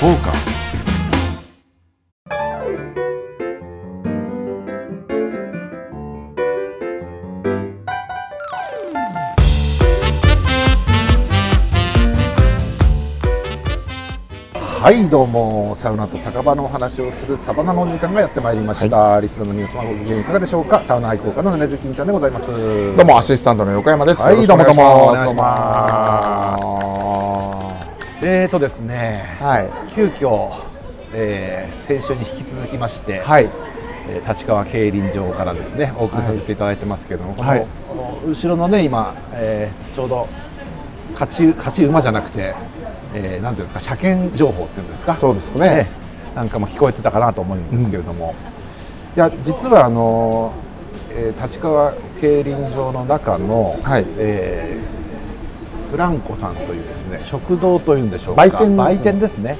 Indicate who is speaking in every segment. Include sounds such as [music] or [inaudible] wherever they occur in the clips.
Speaker 1: フォーカスはいどうもサウナと酒場のお話をするサバナのお時間がやってまいりました、リスナーの皆様ご機嫌いかがでしょうかサウナ愛好家の米津金ちゃんでございます
Speaker 2: どうもアシスタントの横山です。
Speaker 1: はい
Speaker 2: よろしく
Speaker 1: どうもどうも
Speaker 2: お願いします
Speaker 1: お
Speaker 2: どうも
Speaker 1: えーとですね
Speaker 2: は
Speaker 1: 急遽、えー先週に引き続きまして、
Speaker 2: いはい
Speaker 1: えー立川競輪場からですねお送りさせていただいてますけども、この
Speaker 2: はい
Speaker 1: この後ろのね今、えーちょうど勝ち勝ち馬じゃなくて、えーなんていうんですか車検情報っていうんですか
Speaker 2: そうですね
Speaker 1: えーなんかも聞こえてたかなと思うんですけれども、いや実はあの、えー立川競輪場の中の、
Speaker 2: はい
Speaker 1: えーフランコさんというですね食堂というんでしょうか
Speaker 2: 売店ですね
Speaker 1: 売店ですね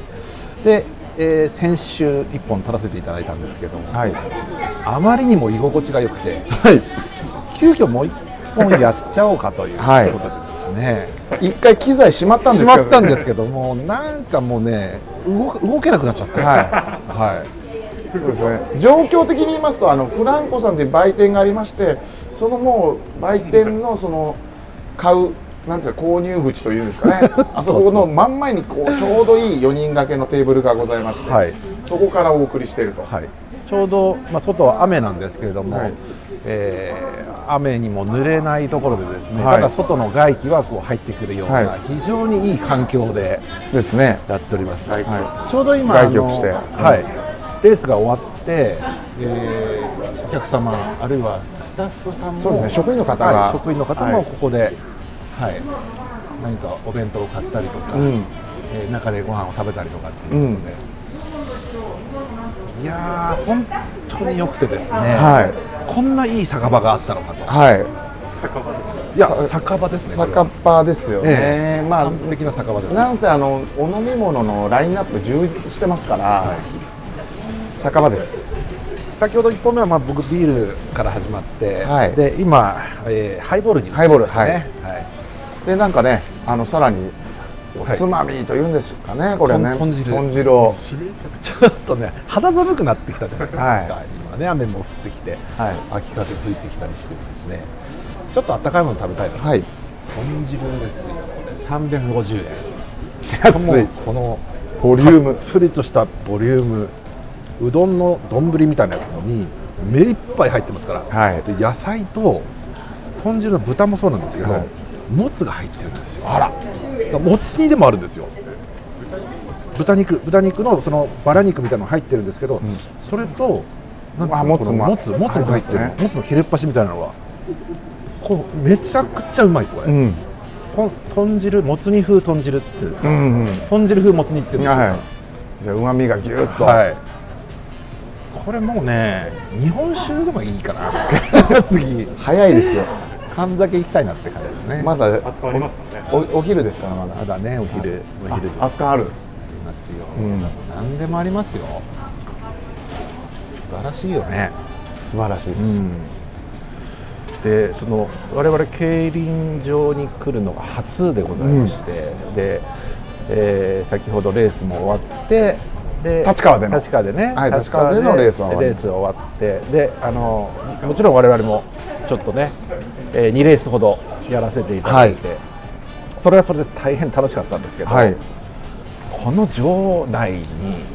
Speaker 1: で、えー先週1本取らせていただいたんですけども、
Speaker 2: はい
Speaker 1: あまりにも居心地が良くて
Speaker 2: は
Speaker 1: 急遽もう1本やっちゃおうかという
Speaker 2: はい
Speaker 1: ことでですね、
Speaker 2: い。一回機材しまったんで
Speaker 1: し
Speaker 2: すけど
Speaker 1: ま
Speaker 2: ね
Speaker 1: ったんですけどもなんかもうね動か動けなくなっちゃって
Speaker 2: は [laughs] そうですね。状況的に言いますとあのフランコさんという売店がありまして、そのもう売店のその買うなんていうか購入口というんで
Speaker 1: [laughs]
Speaker 2: すかね。あそこの真ん前にこうちょうどいい4人掛けのテーブルがございまして、
Speaker 1: はい
Speaker 2: そこからお送りしていると。
Speaker 1: はい、ちょうど、まあ、外は雨なんですけれども、
Speaker 2: はい
Speaker 1: えー雨にも濡れないところでですね、
Speaker 2: はい
Speaker 1: ただ外の外気はこう入ってくるような、
Speaker 2: はい
Speaker 1: 非常にいい環境で
Speaker 2: ですね。
Speaker 1: やっております、
Speaker 2: はい。
Speaker 1: ちょうど今
Speaker 2: 外気浴して
Speaker 1: あのはい、レースが終わって、えーお客様あるいはスタッフさんも
Speaker 2: そうですね職員の方が
Speaker 1: はい職員の方
Speaker 2: は
Speaker 1: も
Speaker 2: い
Speaker 1: ここで、はい何かお弁当を買ったりとか、
Speaker 2: ん
Speaker 1: えー中でご飯を食べたりとかっていうことで、いやー本当に良くてですね、
Speaker 2: はい
Speaker 1: こんないい酒場があったのかと
Speaker 2: はい。
Speaker 1: いや酒場ですねこれ
Speaker 2: 酒
Speaker 1: は
Speaker 2: 場ですよね、
Speaker 1: え
Speaker 2: ま
Speaker 1: 完
Speaker 2: あ
Speaker 1: 璧な酒場です
Speaker 2: なんせあのお飲み物のラインナップ充実してますから、酒場です
Speaker 1: 先ほど1本目はまあ僕ビールから始まって、
Speaker 2: はい
Speaker 1: で今、えーハイボールに
Speaker 2: ハイボール
Speaker 1: はい、
Speaker 2: はいでなんかねあのさらにおつまみというんですかね、これね
Speaker 1: 豚汁
Speaker 2: 豚汁を
Speaker 1: ちょっとね肌寒くなってきたじゃないですか、
Speaker 2: は
Speaker 1: 今ね雨も降ってきて、
Speaker 2: はい
Speaker 1: 秋風吹いてきたりしてですねちょっと温かいもの食べたいな、
Speaker 2: はい
Speaker 1: 豚汁ですよこれ350円
Speaker 2: 安
Speaker 1: も
Speaker 2: い
Speaker 1: うこの
Speaker 2: ボリューム
Speaker 1: たっぷりとしたボリュームうどんの丼みたいなやつに目いっぱい入ってますから、
Speaker 2: はい
Speaker 1: で野菜と豚汁の豚もそうなんですけど、
Speaker 2: はい
Speaker 1: もつが入ってるんですよあらもつ煮でもあるんですよ豚肉豚肉のそのバラ肉みたいなのが入ってるんですけど、それとなんていうの
Speaker 2: あもつも
Speaker 1: このもつもつも入ってる、
Speaker 2: 入ってま
Speaker 1: もつ
Speaker 2: すね
Speaker 1: の切れっ端みたいなのがこうめちゃくちゃうまいですこれ、
Speaker 2: うん
Speaker 1: こん豚汁もつ煮風豚汁っていうんですか、
Speaker 2: うんうん
Speaker 1: 豚汁風もつ煮っていうんですか、
Speaker 2: はいじゃあうまみがぎゅっと、
Speaker 1: はい、これもうね日本酒でもいいか
Speaker 2: [laughs]
Speaker 1: な次
Speaker 2: 早いですよ
Speaker 1: 神崎行きたいなって感じだね
Speaker 2: まだおおお昼ですからまだ
Speaker 1: まだねお昼お昼です
Speaker 2: あ
Speaker 1: あ
Speaker 2: あそこある
Speaker 1: りますよ、
Speaker 2: うん
Speaker 1: 何でもありますよ素晴らしいよね
Speaker 2: 素晴らしいです、
Speaker 1: でその我々競輪場に来るのが初でございまして、で、えー先ほどレースも終わってで
Speaker 2: 立川での
Speaker 1: 立川でね、
Speaker 2: はい立川でのレースは終わり
Speaker 1: レー
Speaker 2: ました
Speaker 1: ス終わってであのもちろん我々もちょっとね、え2レースほどやらせていただいて、それはそれです大変楽しかったんですけど、
Speaker 2: はい
Speaker 1: この場内に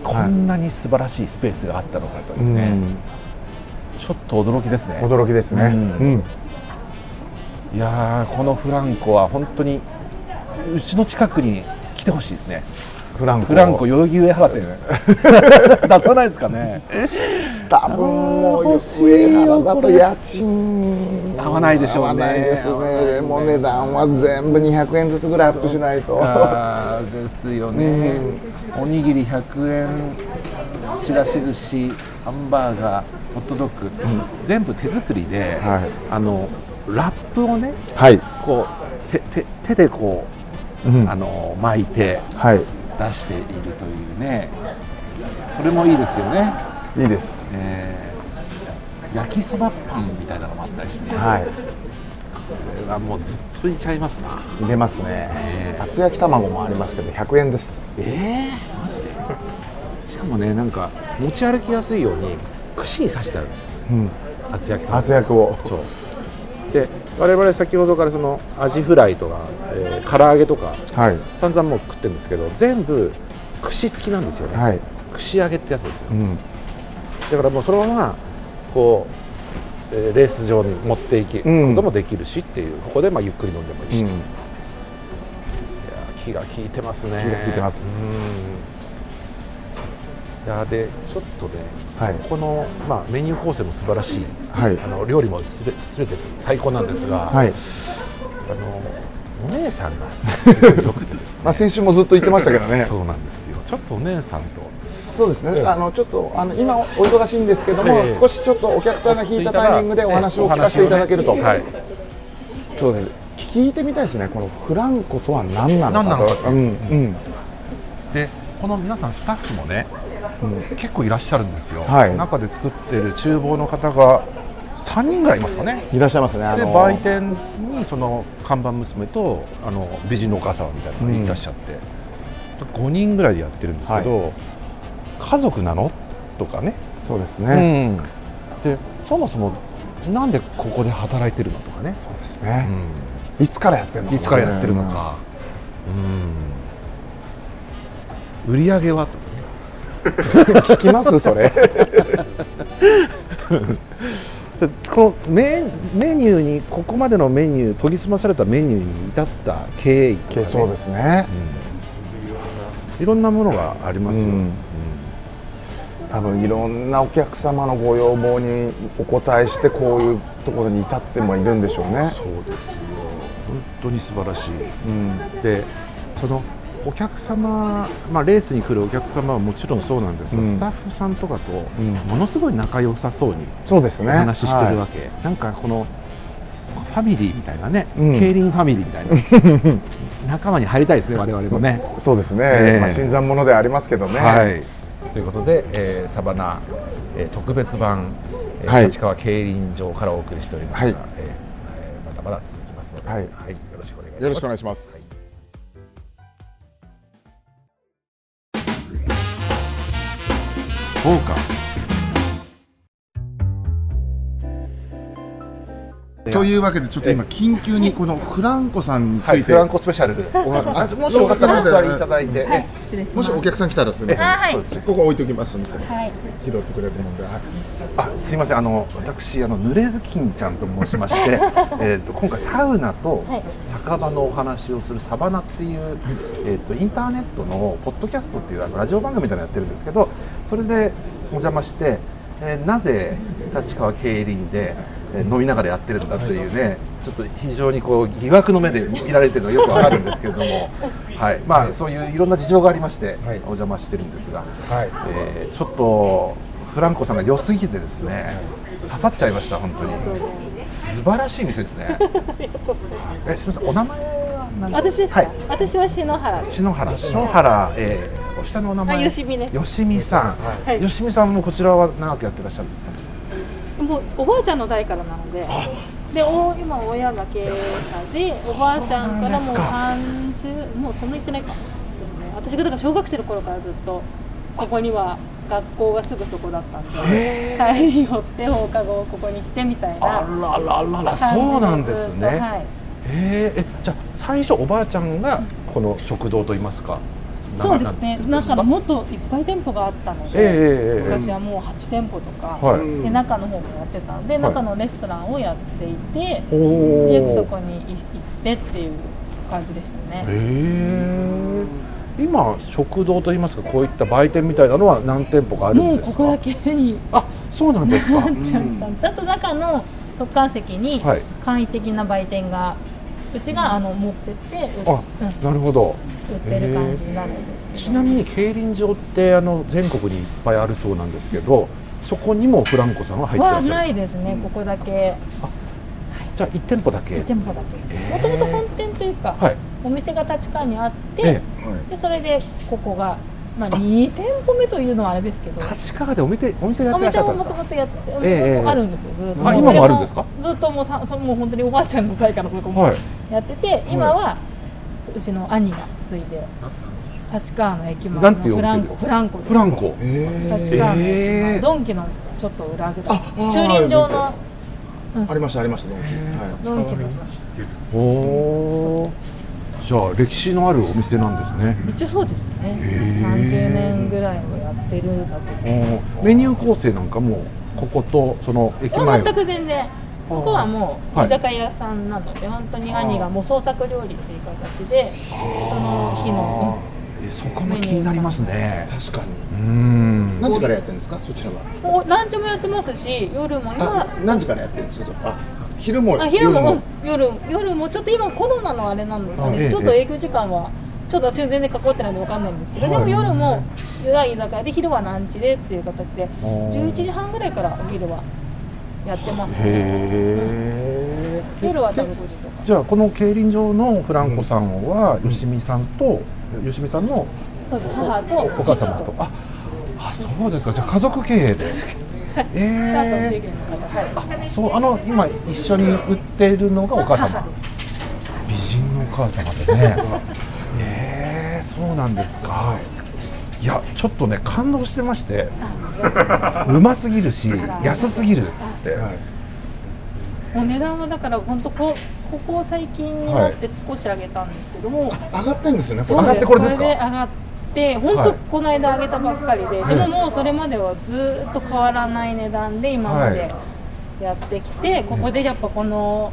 Speaker 1: こんなに素晴らしいスペースがあったのかというね、ちょっと驚きですね。
Speaker 2: 驚きですね、
Speaker 1: うん
Speaker 2: うん
Speaker 1: いやーこのフランコは本当にうちの近くに来てほしいですね
Speaker 2: フランコ
Speaker 1: フランコ代々木上原
Speaker 2: [laughs]
Speaker 1: 店出さないですかね
Speaker 2: 多分もう
Speaker 1: 欲しいよ
Speaker 2: 上原だと家賃
Speaker 1: 合わないでしょうね
Speaker 2: 合わないですねもう値段は全部200円ずつぐらいアップしないと
Speaker 1: あーですよね、おにぎり100円ちらし寿司ハンバーガーホットドッグ、全部手作りで、
Speaker 2: はい
Speaker 1: あのラップをね
Speaker 2: はい
Speaker 1: こう手手手でこう、
Speaker 2: うん
Speaker 1: あの巻いて
Speaker 2: はい
Speaker 1: 出しているというねそれもいいですよね
Speaker 2: いいです
Speaker 1: えー焼きそばパンみたいなのもあったりして、
Speaker 2: はい
Speaker 1: あもうずっといちゃいますな
Speaker 2: 入れますね厚焼き卵もありますけど100円です
Speaker 1: えー、マジでしかもねなんか持ち歩きやすいように串に刺してあるんですよ
Speaker 2: うん、
Speaker 1: 厚焼き卵
Speaker 2: 圧薬を
Speaker 1: そうで我々先ほどからそのアジフライとか、えー唐揚げとか
Speaker 2: はい
Speaker 1: 散々もう食ってるんですけど全部串付きなんですよね、
Speaker 2: はい、
Speaker 1: 串揚げってやつですよ
Speaker 2: うん、
Speaker 1: だからもうそのままこう、えーレース場に持っていくこともできるしっていう、ここでまあゆっくり飲んでもいいし、
Speaker 2: う
Speaker 1: いや
Speaker 2: ん、
Speaker 1: ー気が利いてますね
Speaker 2: 気が利いてます
Speaker 1: うんいやーでちょっとね
Speaker 2: はい
Speaker 1: ここの、まあ、メニュー構成も素晴らしい
Speaker 2: はい
Speaker 1: あの料理もすべすべて最高なんですが、
Speaker 2: はい、
Speaker 1: あのお姉さ
Speaker 2: [laughs]
Speaker 1: んがよくてですね
Speaker 2: まあ先週もずっと言ってましたけどね。
Speaker 1: そうなんですよちょっとお姉さんと
Speaker 2: そうです
Speaker 1: ええ
Speaker 2: ね。あのちょっとあの今お忙しいんですけども
Speaker 1: え、え
Speaker 2: 少しちょっとお客さんが引いたタイミングでお話を
Speaker 1: ね
Speaker 2: 聞かせていただけると
Speaker 1: お。話をね
Speaker 2: ちょっとね、聞いてみたいですね。このフランコとは何なの
Speaker 1: 何な
Speaker 2: か
Speaker 1: の
Speaker 2: と
Speaker 1: か
Speaker 2: か。うんうん。
Speaker 1: はい、でこの皆さんスタッフもね、結構いらっしゃるんですよ、
Speaker 2: はい
Speaker 1: 中で作ってる厨房の方が3人ぐらいいますかね
Speaker 2: いらっしゃいますね。あ
Speaker 1: で
Speaker 2: の
Speaker 1: 売店にその看板娘とあの美人のお母様みたいなのがいらっしゃって、5人ぐらいでやってるんですけど、家族なのとかね
Speaker 2: そうです
Speaker 1: う
Speaker 2: ね。
Speaker 1: ん、でそもそもなんでここで働いてるのとかね、
Speaker 2: そうですね。いつからやってるの？
Speaker 1: いつからやってるの。か、うん売り上げはとかね
Speaker 2: 聞きます [laughs]
Speaker 1: [laughs]
Speaker 2: それ。
Speaker 1: でこのメメニューにここまでのメニュー研ぎ澄まされたメニューに至った経緯とかね、
Speaker 2: そうですね。
Speaker 1: うんいろんなものがありますよ、
Speaker 2: うん多分いろんなお客様のご要望にお応えしてこういうところに至ってもいるんでしょうね。
Speaker 1: そうですよ本当に素晴らしい
Speaker 2: うん。
Speaker 1: でそのお客様、まあ、レースに来るお客様はもちろんそうなんですが、
Speaker 2: うん
Speaker 1: スタッフさんとかと
Speaker 2: ん
Speaker 1: ものすごい仲良さそうに
Speaker 2: そうです
Speaker 1: お
Speaker 2: ね。
Speaker 1: 話ししてる
Speaker 2: は
Speaker 1: わけ、なんかこのファミリーみたいなね、
Speaker 2: うん
Speaker 1: 競輪ファミリーみたい
Speaker 2: [laughs]
Speaker 1: な仲間に入りたいですね我々もね。
Speaker 2: いそうですね。
Speaker 1: ええ
Speaker 2: まあ新参者ではありますけどね。
Speaker 1: はい、ということで、えーサバナ、えー特別版、えー
Speaker 2: はい
Speaker 1: 立川競輪場からお送りしておりますが、
Speaker 2: はい
Speaker 1: えーえーまだまだ続きますので、
Speaker 2: はい
Speaker 1: よろしくお願いします。
Speaker 2: よろしくお願いします
Speaker 1: は
Speaker 2: フォーカスというわけでちょっと今緊急にこのフランコさんにつ
Speaker 1: はい
Speaker 2: いて、
Speaker 1: フランコスペシャルでお願いしますあもしお方にお座りいただいて、ね
Speaker 3: 失礼し
Speaker 2: も
Speaker 3: ま
Speaker 2: し
Speaker 3: す。
Speaker 2: お客さん来たらすみません、
Speaker 3: あはい
Speaker 2: そうですねここ置いておきますすみません
Speaker 3: はい。
Speaker 2: 拾ってくれるもんで、はい
Speaker 1: あすいませんあの私あの濡れずきんちゃんと申しましてえーと今回サウナと
Speaker 3: はい
Speaker 1: 酒場のお話をする「サバナ」っていう、えー、とインターネットのポッドキャストっていうあのラジオ番組みたいなのやってるんですけどそれでお邪魔して、えーなぜ立川競輪で、えー飲みながらやってるんだというねちょっと非常にこう疑惑の目で見られてるのがよくわかるんですけれども、はいまあ、そういういろんな事情がありまして、
Speaker 2: はい
Speaker 1: お邪魔してるんですが。
Speaker 2: はい
Speaker 1: えーちょっとフランコさんが良すぎてですね刺さっちゃいました本当に素晴らしい店です
Speaker 3: [laughs]
Speaker 1: ねえすみませんお名前は何
Speaker 3: 私ですか。
Speaker 1: はい
Speaker 3: 私は篠原です。
Speaker 1: 篠原篠原、えー、お下のお名前
Speaker 3: あ吉見です
Speaker 1: 吉見さん、
Speaker 3: はい
Speaker 1: 吉見さんもこちらは長くやってらっしゃるんですか
Speaker 3: もうおばあちゃんの代からなので。で、お今親が経営者で、おばあちゃんからもう
Speaker 1: そう
Speaker 3: 三十もうそんな言ってないか。ですね私がだから小学生の頃からずっとここには学校がすぐそこだったんで、帰り寄って放課後ここに来てみたいな感
Speaker 1: らららら
Speaker 3: じでずっと。
Speaker 1: そうなんですね、
Speaker 3: はい。
Speaker 1: へーえじゃあ最初おばあちゃんがこの食堂といいますか
Speaker 3: そうですね。なんか
Speaker 1: も
Speaker 3: もっといっぱい店舗があったの
Speaker 1: ええええ
Speaker 3: で、
Speaker 1: ええ
Speaker 3: 昔はもう八店舗とか。
Speaker 1: はい、
Speaker 3: で中の方もやってたんで、
Speaker 1: い
Speaker 3: 中のレストランをやっていて、
Speaker 1: お
Speaker 3: で
Speaker 1: お
Speaker 3: そこに行ってっていう感じでしたね、
Speaker 1: へえ今食堂といいますかこういった売店みたいなのは何店舗かある
Speaker 3: も
Speaker 1: ん
Speaker 3: う
Speaker 1: です
Speaker 3: こ
Speaker 1: か
Speaker 3: こだけに
Speaker 1: あそうなんですか
Speaker 3: [laughs] なっちゃったんです、あと中の特管席に
Speaker 1: はい
Speaker 3: 簡易的な売店がうちがあの持ってってう
Speaker 1: あ
Speaker 3: うん
Speaker 1: なるほど
Speaker 3: 売ってる感じになるんですけど
Speaker 1: ちなみに競輪場ってあの全国にいっぱいあるそうなんですけどそこにもフランコさんは入ってら
Speaker 3: は
Speaker 1: っしゃ
Speaker 3: な
Speaker 1: るん
Speaker 3: い
Speaker 1: で
Speaker 3: ですね、ここだけ
Speaker 1: すかじゃあ1店舗だけ
Speaker 3: 一店舗だけ
Speaker 1: へー
Speaker 3: もともと本店というか、
Speaker 1: はい
Speaker 3: お店が立川にあって、
Speaker 1: ええ
Speaker 3: でそれでここが、まあ、2店舗目というのはあれですけど
Speaker 1: 立川でお店お店やっ
Speaker 3: お
Speaker 1: てらっし
Speaker 3: 店
Speaker 1: ゃったんで
Speaker 3: もも
Speaker 1: す
Speaker 3: とも
Speaker 1: か
Speaker 3: とやって、
Speaker 1: ええええ
Speaker 3: あるんですよ、ずっと。
Speaker 2: あ
Speaker 3: それ
Speaker 2: 今
Speaker 1: もあるんですか
Speaker 3: ずっともうさ、そもう本当におばあちゃんの代からそこも
Speaker 1: はい
Speaker 3: やってて、今はうちの兄が継いで立川の駅
Speaker 1: な
Speaker 3: 前
Speaker 1: ん
Speaker 3: の
Speaker 1: ていうお
Speaker 3: フラ
Speaker 1: 店
Speaker 3: ン
Speaker 1: で
Speaker 3: コ
Speaker 1: すか
Speaker 3: フランコです
Speaker 1: フランコ
Speaker 3: 立川の駅前
Speaker 1: えー
Speaker 3: ドンキのちょっと裏ぐらい
Speaker 2: ああー
Speaker 3: 駐輪場の
Speaker 2: ありましたありましたドンキは
Speaker 3: ドンキの
Speaker 1: おおじゃあ歴史のあるお店なんですね
Speaker 3: 一応そうですね
Speaker 1: へー
Speaker 3: 30年ぐらいもやってるんだと
Speaker 1: おーメニュー構成なんかもこことその駅
Speaker 3: も
Speaker 1: 前
Speaker 3: う全
Speaker 1: は
Speaker 3: く全然ここはもう
Speaker 1: はい
Speaker 3: 居酒屋さんなので、本当に兄がもう創作料理っていう形でその日の
Speaker 1: えそこも気になりますね
Speaker 2: い確かに
Speaker 1: うん
Speaker 2: 何時からやってるんですかそちらは
Speaker 3: もうランチもやってますし夜も今
Speaker 2: あ何時からやってるんですかそあ昼も
Speaker 3: あ昼もうん夜夜もちょっと今コロナのあれなの
Speaker 1: あええ
Speaker 3: でちょっと営業時間はちょっと私も全然囲ってないんでわかんないんですけど、
Speaker 2: はい
Speaker 3: でも夜も夜居酒屋で昼はランチでっていう形で
Speaker 1: おー
Speaker 3: 11時半ぐらいからお昼はやってます、ね、
Speaker 1: へえ
Speaker 3: 夜は多分5時とか
Speaker 1: じゃあこの競輪場のフランコさんは
Speaker 2: ん
Speaker 1: 吉見さんと吉見さんの
Speaker 3: そうです母と
Speaker 1: お母様とああそうですかじゃあ家族経営でえ
Speaker 3: あと従
Speaker 1: え
Speaker 3: 業員の方はい
Speaker 1: あそうあの今一緒に売っているのがお母様美人のお母様でねええそうなんですかいやちょっとね感動してましてうますぎるし安すぎるって
Speaker 2: はい
Speaker 3: お値段はだから本当こここ最近になって少し上げたんですけども、
Speaker 2: 上がってんですよね
Speaker 3: そう
Speaker 1: 上が
Speaker 3: う
Speaker 1: っ
Speaker 3: で
Speaker 1: て
Speaker 3: す
Speaker 1: これですか
Speaker 3: れで上がって本
Speaker 1: はい
Speaker 3: 当この間上げたばっかりで、
Speaker 1: ん
Speaker 3: でももうそれまではずーっと変わらない値段で今までやってきて、ここでやっぱこの。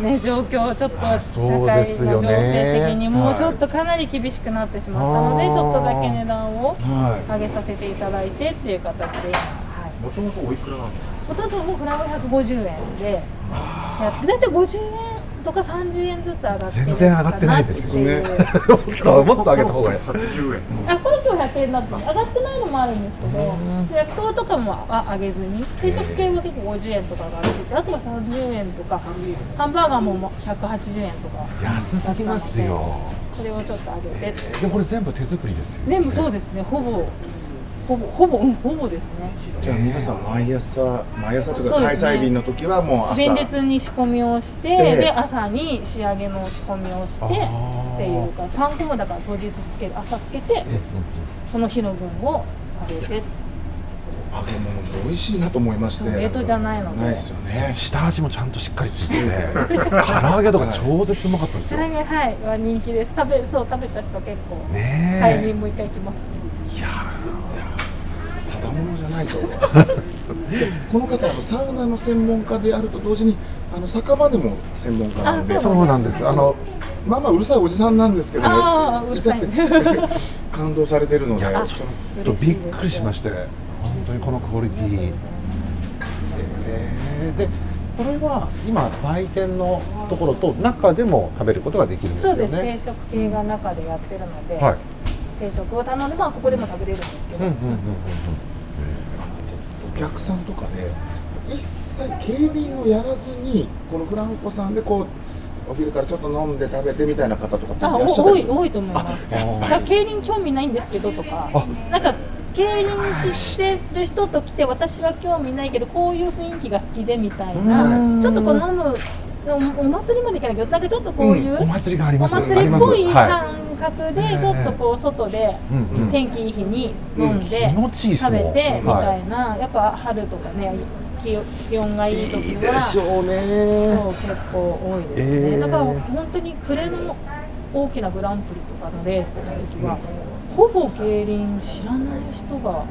Speaker 3: ね、状況ちょっと
Speaker 1: あ
Speaker 3: 社
Speaker 1: そうで
Speaker 3: 会
Speaker 1: す
Speaker 3: の
Speaker 1: よね
Speaker 3: 情勢的にも
Speaker 2: は
Speaker 3: う
Speaker 2: い
Speaker 3: ちょっとかなり厳しくなってしまったので、
Speaker 1: あー
Speaker 3: ちょっとだけ値段を
Speaker 2: は
Speaker 3: 上げさせていただいてっていう形で今、はい、
Speaker 4: もともとおいくらなんですか
Speaker 3: ほとんどもうフラワー150円でやってだいたい50円とか30円ずつ上がってる
Speaker 1: 全然上がってないです
Speaker 2: よね
Speaker 3: かなっていう
Speaker 1: もっともっと上げた方がいい
Speaker 4: 80円
Speaker 3: [laughs] あこれ今日100円だった上がってないのもあるんですけど薬草とかもあ上げずに定食系は結構50円とか上がっててあとは30円とかハンバーガーももう180円とか
Speaker 1: 安すぎますよ
Speaker 3: それをちょっと上げて
Speaker 1: でこれ全部手作りですよ
Speaker 3: 全部そうですねほぼほぼほぼうんほぼですね
Speaker 2: いじゃあ皆さん毎朝毎朝というか開催日の時はもう朝
Speaker 3: 前日に仕込みをして
Speaker 2: して
Speaker 3: で朝に仕上げの仕込みをして
Speaker 1: あ
Speaker 3: っ
Speaker 1: ー
Speaker 3: ていうかパン粉もだから当日つける朝つけてその日の分を揚げ
Speaker 2: 揚げ
Speaker 3: て
Speaker 2: 物って美味しいなと思いまして
Speaker 3: 冷凍じゃないので
Speaker 2: ないですよね
Speaker 1: 下味もちゃんとしっかりついてて唐揚げとか超絶うまかったです
Speaker 3: そ
Speaker 1: よ
Speaker 3: れがはいは人気です食べそう食べた人結構買い
Speaker 1: ね
Speaker 3: にもう一回行きますね
Speaker 1: えいや
Speaker 2: ただものじゃないと思う [laughs] でこの方あのサウナの専門家であると同時にあの酒場でも専門家なんで
Speaker 3: あ
Speaker 1: そうなんですあの
Speaker 2: まあまあうるさいおじさんなんですけど
Speaker 3: ああうるさいね
Speaker 2: 至って感動されてるので
Speaker 1: いや
Speaker 3: [laughs]
Speaker 2: ちょっと
Speaker 1: ちょっとびっくりしまして本当にこのクオリティえーでこれは今売店のところと中でも食べることができるんです
Speaker 3: そ
Speaker 1: よ
Speaker 3: うです定
Speaker 1: ね
Speaker 3: 食系が中でやってるので
Speaker 1: はい
Speaker 3: 定食を頼んでまあここでも食べれるんですけ
Speaker 1: うん
Speaker 3: ど
Speaker 1: うんうんうん
Speaker 2: お客さんとかで一切警備員をやらずにこのフランコさんでこうお昼からちょっと飲んで食べてみたいな方とかってい
Speaker 3: あ
Speaker 2: らっしゃ
Speaker 3: お
Speaker 2: る
Speaker 3: 多
Speaker 2: で
Speaker 3: い
Speaker 2: しょ
Speaker 3: 多いと思います
Speaker 1: うん
Speaker 3: だから競輪興味ないんですけどとか
Speaker 1: あ
Speaker 3: なんか競輪してる人と来て私は興味ないけどこういう雰囲気が好きでみたいな
Speaker 1: うん
Speaker 3: ちょっとこう飲むおお祭りまでいかないけどなんかちょっとこういう、
Speaker 1: お祭りがあり
Speaker 3: お
Speaker 1: ます
Speaker 3: 祭りっぽい
Speaker 1: は
Speaker 3: 感覚
Speaker 1: ええ
Speaker 3: でちょっとこう外で
Speaker 1: いうんうん
Speaker 3: 天気いい日に飲んで
Speaker 1: うん気持ちいいっすも
Speaker 3: 食
Speaker 1: ん
Speaker 3: べてみた
Speaker 1: はい
Speaker 3: いなやっぱ春とかね気気温がいい時
Speaker 1: いいでし
Speaker 3: は
Speaker 1: ょうね
Speaker 3: そう結構多いですね、
Speaker 1: えー
Speaker 3: だから本当に暮れの大きなグランプリとかのレースの時は、ほぼ競輪知らない人が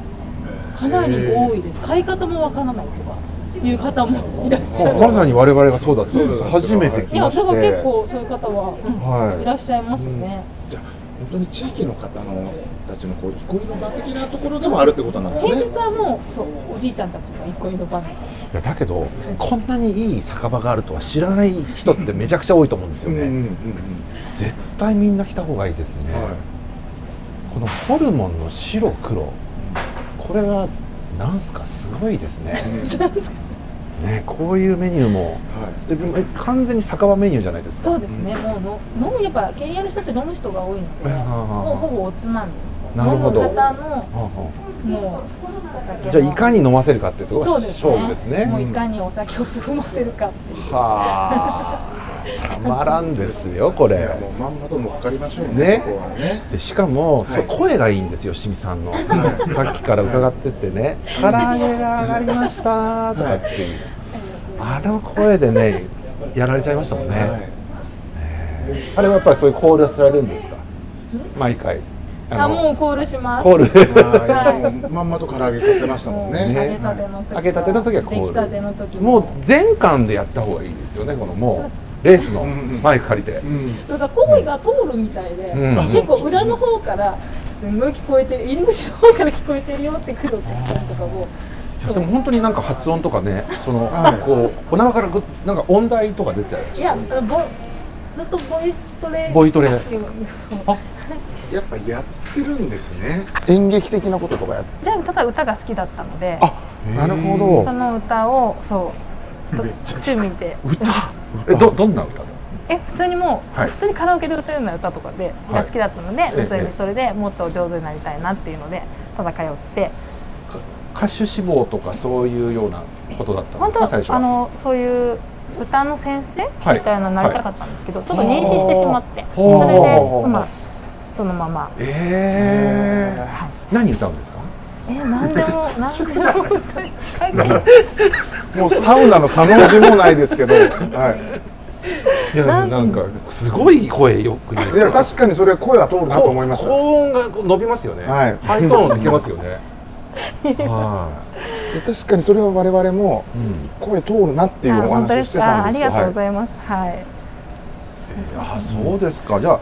Speaker 3: かなり多いです、買い方もわからないとかいう方もいらっしゃる。
Speaker 1: まさに我々がそうだったんです初
Speaker 2: そう
Speaker 1: め
Speaker 2: なんですよ
Speaker 1: て来
Speaker 3: い
Speaker 1: ま
Speaker 3: やだ
Speaker 1: し
Speaker 3: から
Speaker 1: て
Speaker 3: 結構そういう方は、うん
Speaker 1: はい
Speaker 3: いらっしゃいますね、
Speaker 2: じゃあ本当に地域の方のたちのこう憩いの場的なところでもあるってことなんです
Speaker 3: 平
Speaker 2: ね
Speaker 3: 日はもうそうおじいちゃんたちの憩いの場みたいない
Speaker 1: やだけどこんなにいい酒場があるとは知らない人ってめちゃくちゃ多いと思うんですよ
Speaker 2: うんうんう
Speaker 1: ね
Speaker 2: ん
Speaker 1: 絶対みんな来た方がいいですね、
Speaker 2: うんはい
Speaker 1: このホルモンの白黒これはなんすかすごいですねねこういうメニューも
Speaker 2: はい
Speaker 1: でもえ完全に酒場メニューじゃないですか
Speaker 3: そうですね、もうの飲むやっぱ経営の人って飲む人が多いの
Speaker 1: う
Speaker 3: で、
Speaker 1: んうんうん
Speaker 3: もうほぼおつまみ
Speaker 1: なるほど
Speaker 3: 飲む方の
Speaker 1: はあは
Speaker 3: もうお酒
Speaker 1: あ
Speaker 3: の
Speaker 1: じゃあいかに飲ませるかっていうとこ
Speaker 3: そ
Speaker 1: ろが
Speaker 3: うです
Speaker 1: 勝
Speaker 3: ね
Speaker 1: 負ですね
Speaker 3: もういかにお酒を進ませるかっていう
Speaker 1: はあたまらんですよこ
Speaker 2: い
Speaker 1: れ
Speaker 2: やもうまんまと乗っかりましょう
Speaker 1: ね
Speaker 2: ねそこはね
Speaker 1: でしかも、そう
Speaker 2: はい
Speaker 1: 声がいいんですよ清水さ [laughs] んのさっきから伺っててね「唐揚げが上がりました」とかっていう、あの声でねやられちゃいましたもんね、
Speaker 2: はい
Speaker 1: あれはやっぱりそういう考慮されるんですか毎回
Speaker 5: あ
Speaker 1: の
Speaker 5: もうコールします
Speaker 1: コール
Speaker 2: あーやっぱまんまと唐揚げ買ってましたもんね
Speaker 5: もう
Speaker 1: ね
Speaker 5: 揚げたての時は
Speaker 1: 揚げたての時はコール
Speaker 5: 出来たての時
Speaker 1: もう全巻でやった方がいいですよねこのもうレースのマイク借りて
Speaker 2: う、ん
Speaker 5: それが声が通るみたいで、
Speaker 1: うん
Speaker 5: 結構裏の方からすんごい聞こえてる入り口の方から聞こえてるよって来るお客さんとかも
Speaker 1: いやでも本当になんか発音とかねその
Speaker 2: はい
Speaker 1: こうお腹からぐっなんか音大とか出て
Speaker 5: いやあのボずっとボイストレ
Speaker 1: ボイトレあ
Speaker 2: やっぱやってるんですね演劇的なことと [laughs] かやっ
Speaker 3: じゃあただ歌が好きだったので
Speaker 2: あなるほ
Speaker 3: その歌をそうと趣味で
Speaker 1: 歌えどどんな歌だ
Speaker 3: え普通にもう、
Speaker 1: はい
Speaker 3: 普通にカラオケで歌うような歌とかで、
Speaker 1: はい
Speaker 3: が好きだったので
Speaker 1: ええ
Speaker 3: 普通にそれでもっと上手になりたいなっていうのでただ通って
Speaker 1: 歌手志望とかそういうようなことだったん
Speaker 3: 本
Speaker 1: ですか最初
Speaker 3: 当あ
Speaker 1: は
Speaker 3: のそういう歌の先生
Speaker 1: はい
Speaker 3: みたいなのになりたかったんですけど、ちょっと
Speaker 1: は
Speaker 3: 妊
Speaker 1: い
Speaker 3: 娠してしまって
Speaker 1: ほう
Speaker 3: それ
Speaker 1: ほう
Speaker 3: で今そのまま
Speaker 1: ええー、何歌うん
Speaker 3: [laughs]
Speaker 1: ですか
Speaker 3: え何でも何で
Speaker 1: [laughs]
Speaker 3: も歌い
Speaker 2: どもうサウナのサの字もないですけど、はい
Speaker 1: や
Speaker 3: なん
Speaker 1: なんかすごい声よくないで
Speaker 2: い、い
Speaker 1: す
Speaker 2: や
Speaker 1: か
Speaker 2: 確かにそれは声は通るなと思いまし
Speaker 1: 高
Speaker 2: た
Speaker 1: 高音がこう伸びますよね、
Speaker 2: はい
Speaker 1: ハイトーンできますよ
Speaker 2: [laughs]
Speaker 1: ねは
Speaker 2: で確かにそれは我々も
Speaker 1: い、うん
Speaker 2: 声通るなっていう
Speaker 3: あ
Speaker 2: お
Speaker 3: 本
Speaker 2: 話
Speaker 3: 当で
Speaker 2: をし
Speaker 3: す
Speaker 2: て
Speaker 3: か
Speaker 2: た
Speaker 3: あ
Speaker 2: ん
Speaker 3: あ
Speaker 2: です
Speaker 3: り
Speaker 2: よ
Speaker 3: がとうご
Speaker 2: は
Speaker 3: ざいますはい
Speaker 1: あそうですかじゃあ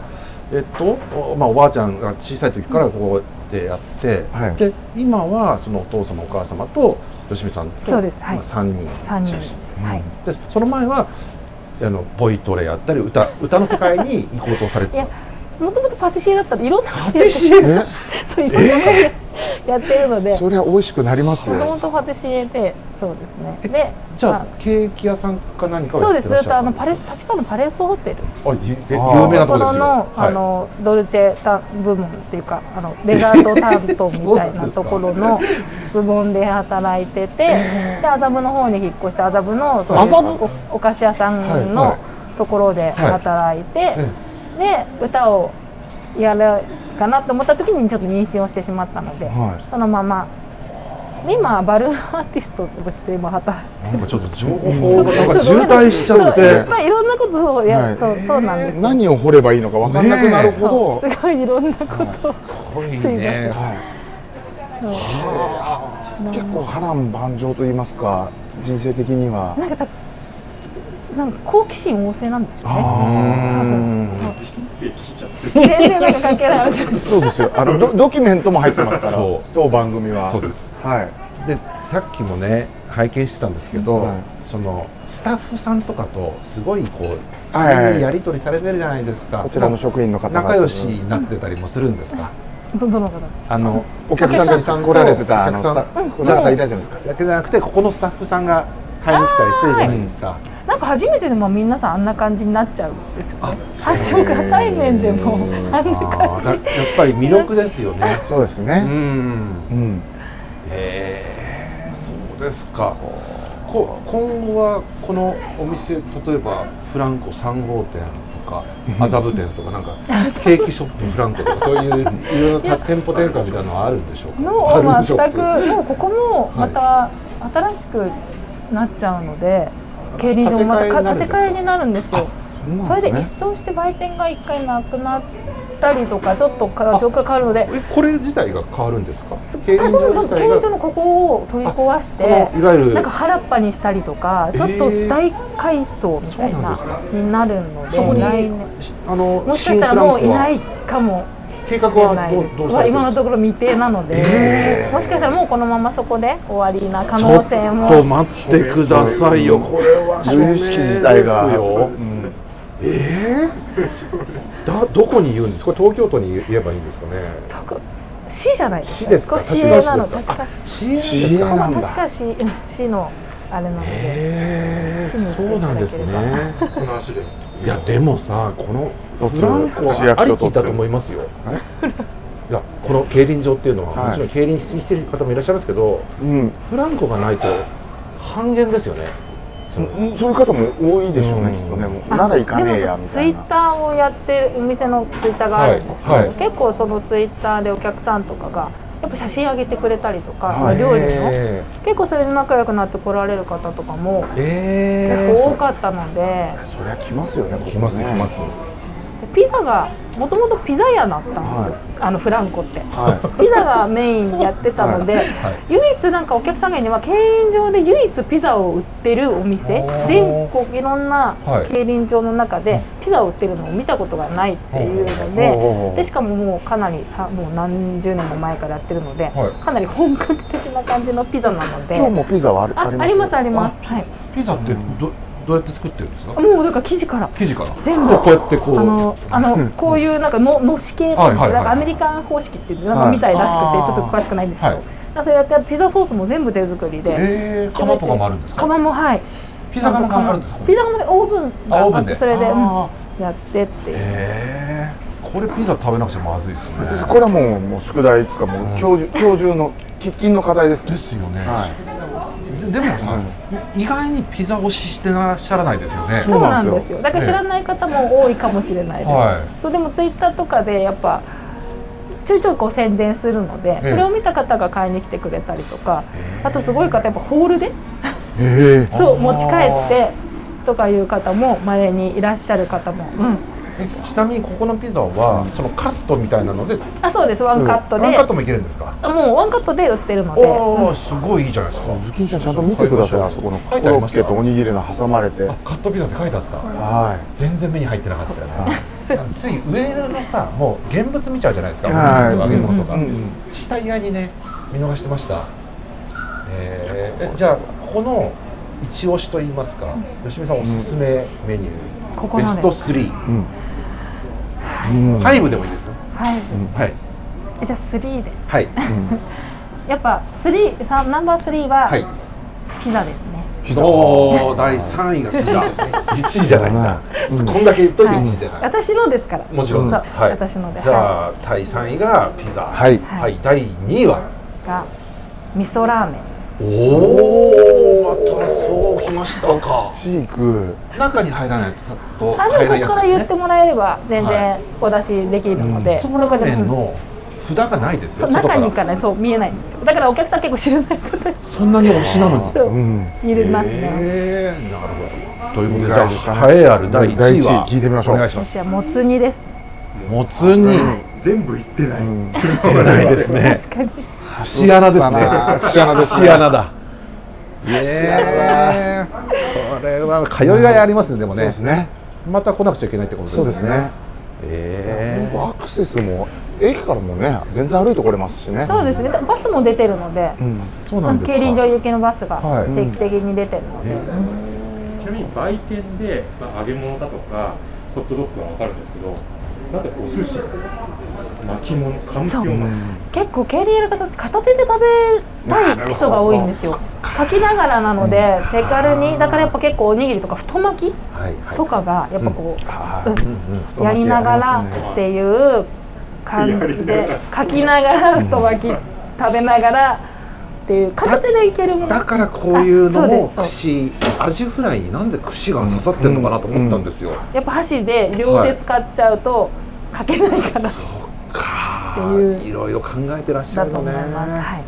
Speaker 1: えっとお,、まあ、おばあちゃんが小さい時からこうやってやって、
Speaker 2: はい
Speaker 1: で今はそのお父様お母様と吉見さんと
Speaker 3: そうですはい
Speaker 1: まあ、3人
Speaker 3: 三人
Speaker 1: 中心
Speaker 3: はい
Speaker 1: でその前はあのボイトレやったり歌歌の世界に行こうとされて
Speaker 3: い
Speaker 1: た
Speaker 3: やもともとパティシエだったんでいろんな
Speaker 1: パティシエ
Speaker 2: い
Speaker 3: そういろんなことやってるの
Speaker 2: え
Speaker 3: で
Speaker 2: それは美味しくなりますよ
Speaker 3: もともとパティシエでそうですね
Speaker 1: え
Speaker 3: で
Speaker 1: じゃ
Speaker 3: ま
Speaker 1: あケーキ屋さんか何かを
Speaker 3: そう
Speaker 1: や
Speaker 3: で
Speaker 1: って
Speaker 3: す
Speaker 1: ら
Speaker 3: ず
Speaker 1: っ
Speaker 3: っ
Speaker 1: しゃ
Speaker 3: とあの
Speaker 1: った
Speaker 3: パレス立川のパレスホテル
Speaker 1: あゆで
Speaker 2: あー
Speaker 1: 有名なと
Speaker 3: と
Speaker 1: ころ
Speaker 3: こ
Speaker 1: で
Speaker 3: ろ
Speaker 1: すよ
Speaker 3: のあ
Speaker 1: は
Speaker 3: のドルチェタ部門っていうかあのデザート担当みたいなところの
Speaker 1: [laughs]
Speaker 3: 部門で働いててで麻布の方に引っ越して麻布のそういう
Speaker 2: 麻布
Speaker 3: おお菓子屋さん
Speaker 1: はいは
Speaker 3: のところで働いて
Speaker 1: え
Speaker 3: で歌をやるかなと思った時にちょっと妊娠をしてしまったので
Speaker 2: はい
Speaker 3: そのままで今はバルーンアーティストとして今働いて
Speaker 1: いなんかちょっと情報がなんか渋滞しち
Speaker 3: そう
Speaker 1: ゃっ
Speaker 3: い
Speaker 1: て
Speaker 3: っぱいいろんなことを
Speaker 2: は
Speaker 3: や
Speaker 2: い
Speaker 3: そうそうなんですよ
Speaker 2: 何を掘ればいいのか分かんなくなるほ
Speaker 3: そ
Speaker 2: ど、
Speaker 3: うすごいいろんなことを
Speaker 1: 濃い
Speaker 3: すいませ
Speaker 1: ね
Speaker 3: ん
Speaker 2: はい、結構波乱万丈と言いますか人生的には
Speaker 3: なんか好奇心旺盛なんですよね。
Speaker 2: あ
Speaker 3: 全然なんか関係ない。
Speaker 2: ーそうですよあの
Speaker 3: [laughs]
Speaker 2: ドドキュメントも入ってますから
Speaker 1: そう
Speaker 2: 当番組は
Speaker 1: そうです
Speaker 2: はい
Speaker 1: でさっきもね拝見してたんですけど、
Speaker 2: はい
Speaker 1: そのスタッフさんとかとすごいこう、
Speaker 2: はいはいはい
Speaker 1: やり取りされてるじゃないですか
Speaker 2: こちらの職員の方々
Speaker 1: 仲良しになってたりもするんですか、
Speaker 3: どどの方？
Speaker 1: あの
Speaker 2: お客さん
Speaker 1: お
Speaker 2: が来られてたあ
Speaker 1: お
Speaker 2: の
Speaker 1: 客
Speaker 2: ス
Speaker 1: さん
Speaker 2: タッフの方いたじゃないですか
Speaker 1: だけじゃなくてここのスタッフさんが買いに来たりしてるじゃないですか、
Speaker 3: なんか初めてでも皆さんあんな感じになっちゃうんですよね。発祥から対面でもあんな
Speaker 1: あー
Speaker 3: 感
Speaker 1: だやっぱり魅力ですよね
Speaker 2: そうです
Speaker 1: う
Speaker 2: ね
Speaker 1: ん
Speaker 2: うん
Speaker 1: へえそうですかこ今後はこのお店例えばフランコ3号店とか麻布店とかなんかケーキショップフランコとかそういう [laughs] いろいろな店舗展開みたいなのはあるんでしょう
Speaker 3: じ
Speaker 1: か
Speaker 3: の
Speaker 1: あ
Speaker 3: を
Speaker 1: るん
Speaker 3: ま
Speaker 1: でしょ
Speaker 3: 全
Speaker 1: うか
Speaker 3: くもうここもまた新しくなっちゃうので、競輪場もまたか建て替えになるんですよ。
Speaker 2: そう
Speaker 3: そ
Speaker 2: な
Speaker 3: れ
Speaker 2: ん
Speaker 3: で
Speaker 2: で
Speaker 3: 一
Speaker 2: すね
Speaker 3: 掃して売店が一回なくなったりとかちょっとか状況が変わるので。
Speaker 1: えこれ自体が変わるんですか競
Speaker 3: 多
Speaker 1: 輪場
Speaker 3: 分
Speaker 1: 自
Speaker 3: 競
Speaker 1: 体
Speaker 3: 輪
Speaker 1: が
Speaker 3: 場のここを取り壊して
Speaker 1: このいわゆる
Speaker 3: なんか原っぱにしたりとか、ちょっ
Speaker 1: えー
Speaker 3: と大改装みたい
Speaker 1: そうなん
Speaker 3: な
Speaker 1: ですか
Speaker 3: になるので、
Speaker 1: そこに
Speaker 3: 来年
Speaker 1: しあの
Speaker 3: もしかしたらもういないかもし
Speaker 1: 計
Speaker 3: れ
Speaker 1: 画は
Speaker 3: ない
Speaker 1: どう
Speaker 3: で
Speaker 1: どうされてるんで
Speaker 3: す。
Speaker 1: すか
Speaker 3: は今のところ未定なので、
Speaker 1: え
Speaker 3: もしかしたらもうこのままそこで終わりな可能性も
Speaker 1: ちょっと待ってくださいよこれは
Speaker 2: 由々しき事態が
Speaker 1: 署名ですよ、ええだどこに言うんですかこれ東京都に言えばいいんですかね
Speaker 3: 市じゃないです
Speaker 1: 市
Speaker 3: か。
Speaker 1: ですか
Speaker 3: ここ市営なの
Speaker 1: 立川
Speaker 3: 確
Speaker 1: 市ですか
Speaker 3: か
Speaker 1: あ市営なんです
Speaker 2: 市営
Speaker 1: か
Speaker 2: な
Speaker 3: 確
Speaker 2: んだ
Speaker 3: か市うん市のあれなので、
Speaker 1: ええ
Speaker 3: 市に
Speaker 1: そうなんですね
Speaker 3: 行っていた
Speaker 6: この足で
Speaker 1: いやでもさこの
Speaker 2: どっち
Speaker 1: フランコ
Speaker 2: 市役
Speaker 1: はあり
Speaker 2: 所どっ
Speaker 1: き
Speaker 2: ち
Speaker 1: だと思いますよいやこの競輪場っていうのは、
Speaker 2: はい
Speaker 1: もちろん競輪してる方もいらっしゃいますけど
Speaker 2: うん
Speaker 1: フランコがないと半減ですよねそう
Speaker 2: うんそういう方も多いでしょうね、
Speaker 1: うん
Speaker 2: きっとねもうなら行かねえやみたい
Speaker 3: でも
Speaker 2: な
Speaker 3: ツイッターをやってるお店のツイッターがあるんですけど、
Speaker 1: はいはい
Speaker 3: 結構そのツイッターでお客さんとかがやっぱ写真上げてくれたりとか、
Speaker 2: はい
Speaker 3: 料理の
Speaker 1: え
Speaker 3: 結構それで仲良くなって来られる方とかも
Speaker 1: ーえ
Speaker 3: 多かったので
Speaker 2: そりゃ来ますよねここ
Speaker 1: ー
Speaker 2: ね
Speaker 1: 来ます来ます
Speaker 3: でピザがもともとピザ屋だったんですよ、
Speaker 2: は
Speaker 3: あのフランコって。
Speaker 2: は
Speaker 3: ピザがメインやってたので、
Speaker 1: い
Speaker 3: 唯一なんかお客さんがいるのは競輪場で唯一ピザを売ってるお店
Speaker 1: おー
Speaker 3: 全国いろんな
Speaker 1: はい
Speaker 3: 競輪場の中でピザを売ってるのを見たことがないっていうの
Speaker 2: い
Speaker 3: で、
Speaker 2: おうおうおう
Speaker 3: でしかももうかなりさもう何十年も前からやってるので、
Speaker 1: はい
Speaker 3: かなり本格的な感じのピザなので
Speaker 2: 今日もピザはある
Speaker 3: あありますありますはい
Speaker 1: ピザってどどうやって作ってるんですか
Speaker 3: もうだから生地から
Speaker 1: 生地から
Speaker 3: 全部
Speaker 1: こうやってこう
Speaker 3: あのあのこういうなんかののし系なんです
Speaker 1: はいは
Speaker 3: けど、
Speaker 1: いはい
Speaker 3: なんかアメリカン方式っていうのみたいらしくて、
Speaker 1: はい
Speaker 3: ちょっと詳しくないんですけど、
Speaker 1: はい
Speaker 3: なんかそれやってピザソースも全部手作りで、
Speaker 1: えー釜とかもあるんですか
Speaker 3: 釜もはい
Speaker 1: ピザ窯があるんですか
Speaker 3: ピザ窯でオーブンが
Speaker 1: あ
Speaker 3: あ
Speaker 1: オーブ
Speaker 3: っ
Speaker 1: ンで
Speaker 3: てそれで、うん
Speaker 1: あ
Speaker 3: やってっていう
Speaker 1: ええこれピザ食べなくちゃまずいですよね
Speaker 2: そこれはもうもう宿題っつうかもう今日,、今日中の喫緊の課題ですね
Speaker 1: ですよね、
Speaker 2: は
Speaker 1: ででもさ、意外にピザ推ししてらっしゃらないですよね
Speaker 2: そ
Speaker 3: そうう
Speaker 2: な
Speaker 3: なん
Speaker 2: です
Speaker 3: ん
Speaker 2: よ
Speaker 3: ですよだから知らない方も多いかもしれないです、
Speaker 1: は
Speaker 3: そうでもツイッターとかでやっぱちょいちょいこう宣伝するので
Speaker 1: ええ
Speaker 3: それを見た方が買いに来てくれたりとかあとすごい方やっぱホールで
Speaker 2: いええ
Speaker 3: そう持ち帰ってとかいう方もまれにいらっしゃる方も、うん、
Speaker 1: えちなみにここのピザはそのカットみたいなので
Speaker 3: あそうですワンカットで、
Speaker 1: ワンカットもいけるんですか
Speaker 3: もうワンカットで売ってるので
Speaker 1: おおすごいいいじゃないですか
Speaker 2: ズキンちゃんちゃんと見てくださいあそこの
Speaker 1: 書
Speaker 2: コロ
Speaker 1: いてありま
Speaker 2: ッ
Speaker 1: した
Speaker 2: ケとおにぎりの挟まれて
Speaker 1: あカットピザって書いてあった
Speaker 2: は
Speaker 1: 全然目に入ってなかったよねつい上のさもう現物見ちゃうじゃないですか、
Speaker 2: はい
Speaker 1: 揚げ物とか、
Speaker 2: うんうんうん
Speaker 1: 下意外にね見逃してました、えーえじゃあここの一押しといいますか吉見さんおすすめメニュー、
Speaker 3: ここ
Speaker 1: ベ
Speaker 3: なん
Speaker 1: スト
Speaker 3: です
Speaker 1: 3、
Speaker 2: い、うんうん
Speaker 1: ファイブでもいいですよ
Speaker 3: 5
Speaker 1: はい
Speaker 3: えじゃあ3で
Speaker 1: はい
Speaker 3: やっぱ3さナンバー3
Speaker 1: は
Speaker 3: はいピザですね、
Speaker 2: ピザ
Speaker 1: おー第3位がピザ1位じゃないんだ、
Speaker 2: うん
Speaker 1: こんだけ言っといて
Speaker 3: はい
Speaker 1: 1位じゃない、
Speaker 3: 私のですから
Speaker 1: もちろんです、
Speaker 3: そう
Speaker 1: はい、
Speaker 3: 私ので
Speaker 1: じゃあ第3位がピザ
Speaker 2: はい
Speaker 1: はい第2位は
Speaker 3: が味噌ラーメンです
Speaker 1: おおまたそうきましたか
Speaker 2: チーク
Speaker 1: 中に入らないと
Speaker 3: あ
Speaker 1: 入ら
Speaker 3: で
Speaker 1: な
Speaker 3: も
Speaker 1: い
Speaker 3: こ
Speaker 1: や
Speaker 3: こから
Speaker 1: つで
Speaker 3: 言って
Speaker 1: すね
Speaker 3: もらえれば全
Speaker 1: は
Speaker 3: 然お出しできるので、
Speaker 1: そうラーメンの札がないです
Speaker 3: そ
Speaker 1: よ
Speaker 3: う
Speaker 1: 外
Speaker 3: 中にからそう見えないんですよだからお客さん結構知らない方が
Speaker 1: そんなに推しなのに
Speaker 3: そう
Speaker 2: うん
Speaker 3: いるますね、
Speaker 1: えー、なるほどということでじ
Speaker 2: 意外でし
Speaker 1: ゃ
Speaker 2: た
Speaker 1: あ栄えある第1
Speaker 2: 第一
Speaker 1: 位
Speaker 2: 位
Speaker 1: は
Speaker 2: 聞いてみましょう
Speaker 1: お願いします
Speaker 3: 私はもつ煮です
Speaker 1: もつ煮
Speaker 6: 全部言ってない、
Speaker 1: 取れないですね
Speaker 3: 確かに
Speaker 1: 節穴ですね
Speaker 2: 節穴ですね
Speaker 1: 節穴だええこれは通いがいありますねでも
Speaker 2: そう
Speaker 1: ね
Speaker 2: ですね
Speaker 1: また来なくちゃいけないってことです
Speaker 2: そうですね
Speaker 1: ええ
Speaker 2: アクセスも駅からもね全然歩いてこれますしね
Speaker 3: そうですねバスも出てるので、
Speaker 2: うん
Speaker 1: そうなんです
Speaker 3: 競
Speaker 1: か
Speaker 3: 輪場行きのバスが
Speaker 1: はい
Speaker 3: 定期的に出てるので、
Speaker 6: ちなみに売店で、まあ、揚げ物だとかホットドッグは分かるんですけどなぜお寿司巻き物かんぴょう巻き
Speaker 3: 結構競輪やる方って片手で食べたい人が多いんですよかきながらなので手軽にだからやっぱ結構おにぎりとか太巻き
Speaker 1: はいはい
Speaker 3: とかがやっぱこう、
Speaker 2: あ
Speaker 3: やりながらっていう感じで書きながら太巻き食べながらっていう片手でいけるもの
Speaker 1: だからこういうの
Speaker 3: あそうで
Speaker 1: も
Speaker 3: すそう
Speaker 1: 串アジフライになんで串が刺さってるのかなと思ったんですよ、
Speaker 3: やっぱ箸で両手使っちゃうと書けないから
Speaker 1: そ
Speaker 3: だ
Speaker 1: っか
Speaker 3: って
Speaker 1: ー
Speaker 3: いう
Speaker 1: いろいろ考えてらっしゃるの
Speaker 3: と思
Speaker 1: ね
Speaker 3: います、はい、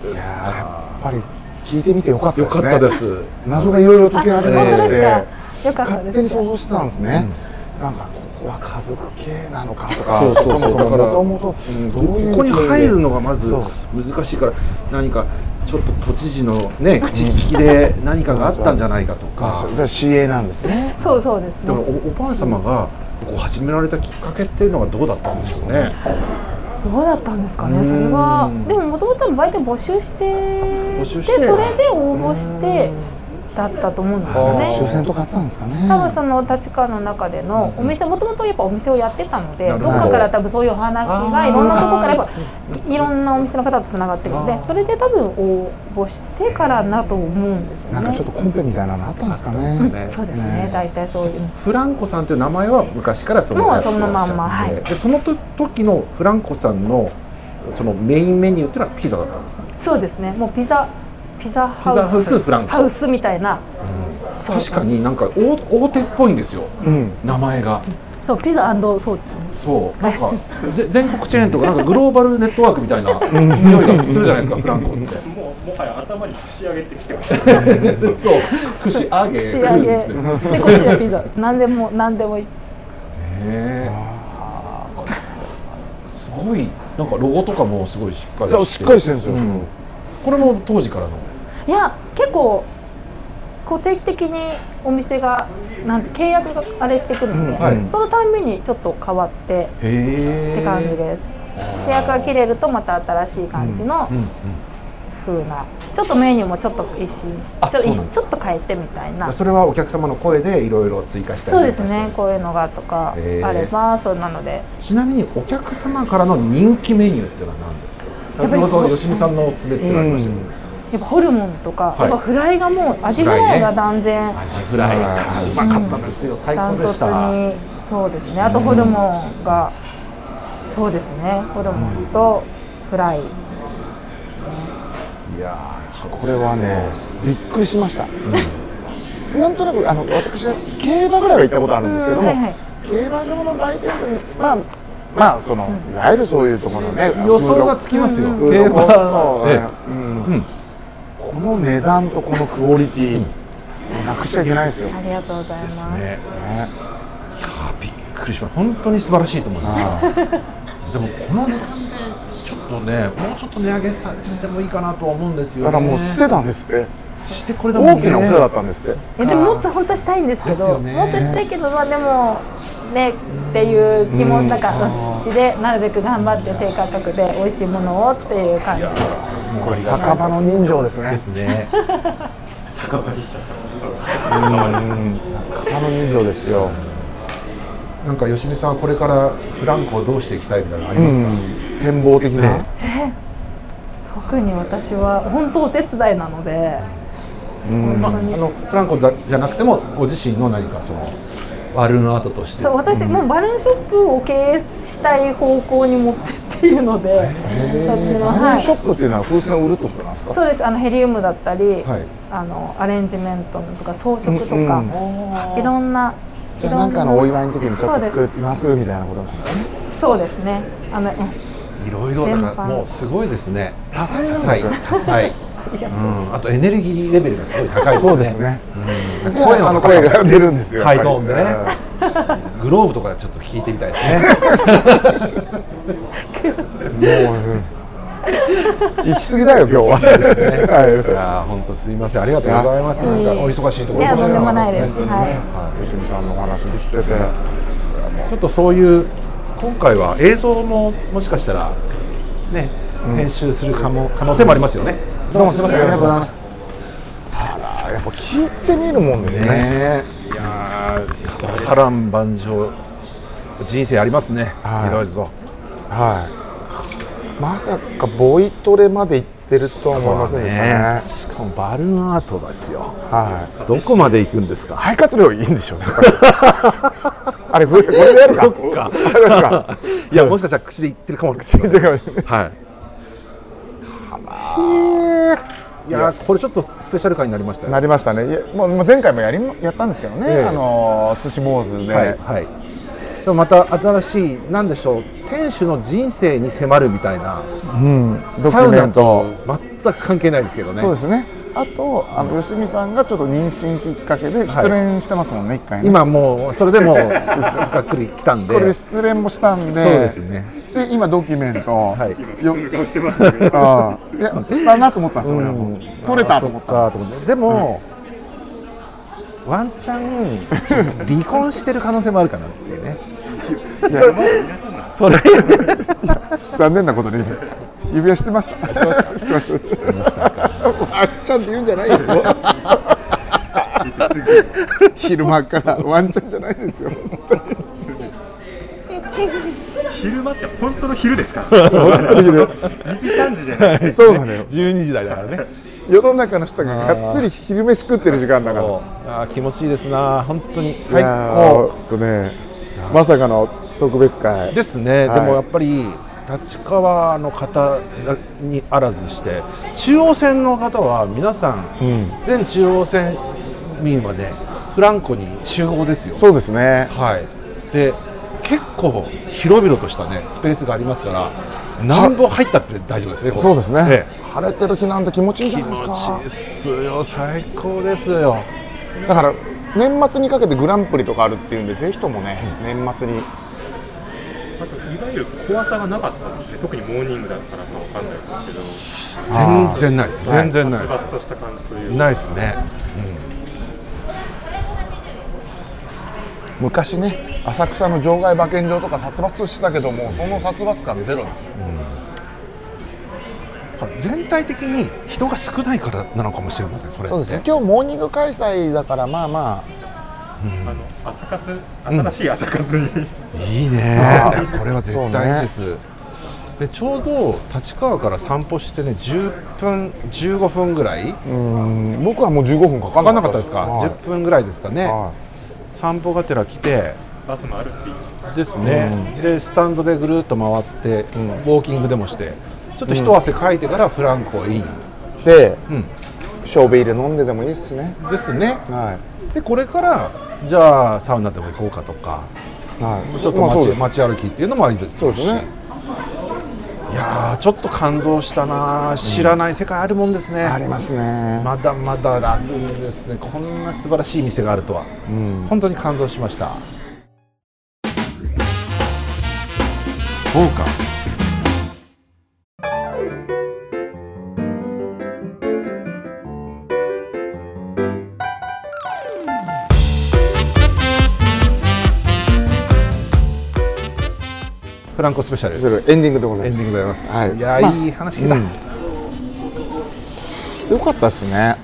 Speaker 1: そうで
Speaker 2: い
Speaker 1: す
Speaker 2: やー
Speaker 1: か
Speaker 2: やっぱり聞いてみてよかった
Speaker 1: よ
Speaker 2: です
Speaker 1: かっ
Speaker 2: ね
Speaker 1: たです
Speaker 2: 謎がいろいろ解け始めまし
Speaker 1: あ本当
Speaker 2: て
Speaker 3: ですよかった
Speaker 2: 勝
Speaker 3: で
Speaker 2: 手に
Speaker 3: す
Speaker 2: 想像してたんですね、なんかここは家族系なのかとか
Speaker 1: そうそうそう
Speaker 2: もそも
Speaker 1: だから
Speaker 2: もともとどういう
Speaker 1: ここに入るのがまず
Speaker 2: そう
Speaker 1: 難しいから何かちょっと都知事のね口利きで何かがあったんじゃないかとか
Speaker 2: か知恵なんですね
Speaker 3: そうそうです
Speaker 1: でも
Speaker 3: ね
Speaker 1: おおばあ様がこう始められたきっかけっていうのがどうだったんでしょうね
Speaker 3: どうだったんですかねそれはでももともと売店募集して
Speaker 1: 募集して
Speaker 3: でそれで応募してだったと思うんですよね
Speaker 2: 抽選とかあったんですかね
Speaker 3: 多分その立川の中でのお店もともとやっぱお店をやってたので
Speaker 1: な
Speaker 3: ど
Speaker 1: るほ
Speaker 3: っ
Speaker 1: ど
Speaker 3: かから多分そういうお話がいろんなとこからやっぱいろんなお店の方とつながってるの
Speaker 1: あ
Speaker 3: で
Speaker 1: ー
Speaker 3: それで多分応募してからだと思うんですよね。
Speaker 2: なんかちょっとコンペみたいなのあったんですかね
Speaker 1: ね
Speaker 3: そうです
Speaker 2: ね
Speaker 3: ね大体そういう
Speaker 1: フランコさんという名前は昔からその
Speaker 3: もうそのまんまはい
Speaker 1: でそのと時のフランコさんのそのメインメニューっていうのはピザだったんですね
Speaker 3: そうですねもうピザピザ
Speaker 1: ピザ
Speaker 3: ハ
Speaker 1: ハウ
Speaker 3: ウ
Speaker 1: ス
Speaker 3: ス
Speaker 1: フランコ
Speaker 3: ハウスみたいなそう
Speaker 1: 確かになんか大大手っぽいんですよ
Speaker 2: うん
Speaker 1: 名前が
Speaker 3: そうピザそうですね
Speaker 1: そうなんかぜ全国チェーンとかなんかグローバルネットワークみたいな匂いがするじゃないですかフランコって
Speaker 6: もうもはや頭に仕上げてきてました
Speaker 1: そう串揚げ来
Speaker 3: 仕上
Speaker 1: るん
Speaker 3: げ
Speaker 1: ですよ
Speaker 3: でこっちはピザ何でも何でもいい
Speaker 1: へえすごいなんかロゴとかもすごいしっかり
Speaker 2: そうしっかりしてるんですよ
Speaker 1: うんこれも当時からの
Speaker 3: いや結構こう定期的にお店がなんて契約があれしてくるので、
Speaker 2: うんはい
Speaker 3: そのたんびにちょっと変わって
Speaker 1: へえ
Speaker 3: って感じです、契約が切れるとまた新しい感じの
Speaker 1: うんうん
Speaker 3: 風な、ちょっとメニューもちょっと一新し
Speaker 1: あ
Speaker 3: ちょ
Speaker 1: そうなんだ
Speaker 3: ちょっと変えてみたいな
Speaker 1: それはお客様の声でいろいろ追加したり
Speaker 3: そうで
Speaker 1: と
Speaker 3: す
Speaker 1: かして
Speaker 3: ねこういうのがとかあ
Speaker 1: へー
Speaker 3: ればそうなので
Speaker 1: ちなみにお客様からの人気メニューってのは何ですか先ほど吉見さんのおすすめって言われましたけど、
Speaker 3: やっぱホルモンとか、
Speaker 1: い
Speaker 3: やっぱフライがもう味フ
Speaker 1: フラ
Speaker 3: ラ
Speaker 1: イ
Speaker 3: イ
Speaker 1: ね
Speaker 3: が断然
Speaker 1: アジフライかうまかったですよ、最
Speaker 3: ダ
Speaker 1: 高
Speaker 3: ン
Speaker 1: で
Speaker 3: ト
Speaker 1: し
Speaker 3: ツ
Speaker 1: た
Speaker 3: にそうですねあとホルモンが、そうですねホルモンとフライ
Speaker 2: いやーこれはねびっくりしました、 [laughs] なんとなくあの私は競馬ぐらいは行ったことあるんですけども、
Speaker 3: うんはいはい
Speaker 2: 競馬場の売店ってまあまあそのいわゆるそういうところのね
Speaker 1: 予想がつきますよ、
Speaker 2: フ
Speaker 1: 競
Speaker 2: ードコ
Speaker 1: 馬
Speaker 2: ートの
Speaker 1: の、え
Speaker 2: ねうんこの値段とこのクオリティ、これなくしちゃいけないですよ、
Speaker 3: ありがとうございま
Speaker 1: え
Speaker 3: す
Speaker 1: ね
Speaker 2: ね
Speaker 1: いやーびっくりしました本当に素晴らしいと思いますでもこの値段でちょっとねもうちょっと値上げさしてもいいかなとは思うんですよ、ね、
Speaker 2: だからもうしてたんですって
Speaker 1: してこれだもん
Speaker 2: 大きなお世話だったんですって
Speaker 3: えでももっと本当はしたいんですけ
Speaker 1: ですよ
Speaker 3: ど
Speaker 1: ね
Speaker 3: もっとしたいけどまあでもねっていう気持ちなんかうちでなるべく頑張って低価格で美味しいものをっていう感じ
Speaker 2: これ酒場の人情ですね
Speaker 1: ですね
Speaker 6: 酒場にしちゃった
Speaker 2: 酒場の人情ですよ、
Speaker 1: なんか吉見さんはこれからフランコをどうしていきたいみたいなのありますか、
Speaker 2: 展望的な、
Speaker 1: ね
Speaker 3: 特に私は本当お手伝いなので
Speaker 1: まあ、あのフランコだじゃなくてもご自身の何かそのバルーンアートとして
Speaker 3: そう私もうバルーンショップを経営したい方向に持ってっているのでそっちの
Speaker 2: バルー
Speaker 3: は
Speaker 2: ンショ
Speaker 3: い
Speaker 2: ップっていうのは風船を売るってことなんですか
Speaker 3: そうですあのヘリウムだったり
Speaker 1: はい
Speaker 3: あのアレンジメントとか装飾と
Speaker 2: うん
Speaker 3: かいろんな
Speaker 2: じゃあなんかのお祝いの時にちょっ
Speaker 3: そう
Speaker 2: と
Speaker 3: です
Speaker 2: 作りますみたいなことなんですかね
Speaker 3: そうですねあのう
Speaker 1: い
Speaker 3: ん
Speaker 1: ろいろだ
Speaker 3: 全
Speaker 1: か
Speaker 3: 般
Speaker 1: らもうすごいですね
Speaker 2: 多彩なんで
Speaker 1: は
Speaker 2: すよ、
Speaker 1: い、うん、あとエネルギーレベルがすごい高いですね
Speaker 2: そうですね、
Speaker 1: うん
Speaker 2: であの声が出るんですよ
Speaker 1: ハイ
Speaker 2: やっぱり
Speaker 1: トーンでねグローブとかちょっと聞いてみたいですね
Speaker 2: もう、うん行き過ぎだよ今日は、
Speaker 1: い
Speaker 2: は
Speaker 1: やー本当すみませんありがとうございます
Speaker 3: いや
Speaker 1: なんかお忙しいところ
Speaker 3: いやとんでもないですすはい
Speaker 2: い、吉見さんのお話聞いてて、
Speaker 1: ちょっとそういう今回は映像ももしかしたらね、編集する可能可能性もありますよねどうもすみません
Speaker 2: ありがとうございますあらやっぱ聞いてみるもんですね
Speaker 1: ねえいやー波乱万丈人生ありますね、
Speaker 2: はい
Speaker 1: い、ろいろと
Speaker 2: はいまさかボイトレまで行ってるとは思いませんでしたね
Speaker 1: ねしかもバルーンアートですよ
Speaker 2: はい
Speaker 1: どこまで行くんですか
Speaker 2: 肺活量いいんでしょうねやっぱり [laughs] あれこれこれでやる
Speaker 1: [laughs]
Speaker 2: か
Speaker 1: そっか
Speaker 2: あれやるか
Speaker 1: [laughs] いやもしかしたら口で言ってるかもしれません
Speaker 2: だから
Speaker 1: はいいやーこれちょっとスペシャル回になりましたよ
Speaker 2: なりましたねいやもうもう前回もやりやったんですけどね、
Speaker 1: ええ
Speaker 2: あのー寿司坊主で、
Speaker 1: はい、はい、でもまた新しい何でしょう店主の人生に迫るみたいな
Speaker 2: うんドキ
Speaker 1: サ
Speaker 2: ュ
Speaker 1: ウ
Speaker 2: メ
Speaker 1: ナ
Speaker 2: ント
Speaker 1: と全く関係ないですけどね
Speaker 2: そうですねあとあの吉見さんがちょっと妊娠きっかけで失恋してますもんね一回ね
Speaker 1: 今もうそれでもう [laughs] ざっくり来たんで
Speaker 2: これで失恋もしたんで
Speaker 1: そうですね
Speaker 2: で今ドキュメント、
Speaker 1: はい
Speaker 2: よ
Speaker 6: 顔してましたけど
Speaker 2: ああいやしたなと思ったんですよ、俺はもう取れたと思っ
Speaker 1: そかと思ってでも、ワンチャン離婚してる可能性もあるかなっていうねそれ
Speaker 2: た残念なことに指輪してました [laughs] してましたしてましたワンちゃんって言うんじゃないよ昼間からワンちゃんじゃないですよ本当に
Speaker 6: [laughs] 昼間って本当の昼ですか
Speaker 2: 本
Speaker 6: ら
Speaker 2: 当に昼
Speaker 6: 2時3時じゃない
Speaker 2: そうなのよ
Speaker 1: 12時台だからね
Speaker 2: 世の中の人ががっつり昼飯食ってる時間だから
Speaker 1: そうあー気持ちいいですな本当に
Speaker 2: い
Speaker 1: 最
Speaker 2: や
Speaker 1: 高
Speaker 2: ーちょっとねまさかの特別会
Speaker 1: ですね、
Speaker 2: はい
Speaker 1: でもやっぱり立川の方にあらずして中央線の方は皆さん、全中央線民はねフランコに集合ですよ
Speaker 2: そうですね
Speaker 1: はいで結構広々としたねスペースがありますから何本入ったって大丈夫ですねここ
Speaker 2: そうですね、
Speaker 1: え
Speaker 2: 晴れてる日なんて気持ちいい
Speaker 1: え
Speaker 2: じゃ
Speaker 1: 気
Speaker 2: ないです
Speaker 1: 持
Speaker 2: か
Speaker 1: ちいいっすよ最高ですよ
Speaker 2: だから年末にかけてグランプリとかあるっていうんでぜひともね、年末に
Speaker 6: [laughs] あといわゆる怖さがなかったんですね特にモーニングだったらかわかんないですけど
Speaker 1: 全然ないです
Speaker 2: はい
Speaker 1: 全然ないで
Speaker 6: バ
Speaker 1: す
Speaker 6: ッとした感じというか
Speaker 1: ないですね
Speaker 2: 昔ね浅草の場外馬券場とか殺伐としてたけどもその殺伐感ゼロですよ、
Speaker 1: 全体的に人が少ないからなのかもしれませんそれって
Speaker 2: そうですね今日モーニング開催だからまあま
Speaker 6: あの朝活新しい朝活に、
Speaker 1: いいね
Speaker 2: あ
Speaker 1: いやこれは絶対いいです、でちょうど立川から散歩してね10分15分ぐらい
Speaker 2: あうん僕はもう15分か
Speaker 1: 分
Speaker 2: か
Speaker 1: か
Speaker 2: ん
Speaker 1: んな
Speaker 2: なか
Speaker 1: か
Speaker 2: っ
Speaker 1: ったたです
Speaker 2: で
Speaker 1: す
Speaker 2: か
Speaker 1: か、
Speaker 2: はい
Speaker 1: 10分ぐらいですかね、
Speaker 2: は
Speaker 1: 散歩がてら来て
Speaker 6: バスもあるっていう
Speaker 1: ですね、でスタンドでぐるっと回って、ウォーキングでもしてちょっと一汗かいてからフランコイン、
Speaker 2: いで、
Speaker 1: うん
Speaker 2: ショービール飲んででもいいですしね
Speaker 1: ですね
Speaker 2: は
Speaker 1: でこれからじゃあサウナでも行こうかとか
Speaker 2: い、はい、
Speaker 1: ちょっと
Speaker 2: まあ
Speaker 1: 街,、
Speaker 2: そうです
Speaker 1: 街歩きっていうのもありですし
Speaker 2: そうですね
Speaker 1: いやーちょっと感動したなー知らない世界あるもんですね、
Speaker 2: ありますね
Speaker 1: まだまだラグーンですねこんな素晴らしい店があるとは、本当に感動しましたフォーカスフランコスペシャルエン
Speaker 2: そ
Speaker 1: デ
Speaker 2: れエンディングでござい
Speaker 1: ィン
Speaker 2: ま
Speaker 1: グで
Speaker 2: す
Speaker 1: ございます、
Speaker 2: はい、
Speaker 1: いやー、
Speaker 2: ま
Speaker 1: いい話聞いた、
Speaker 2: うんあよかったですね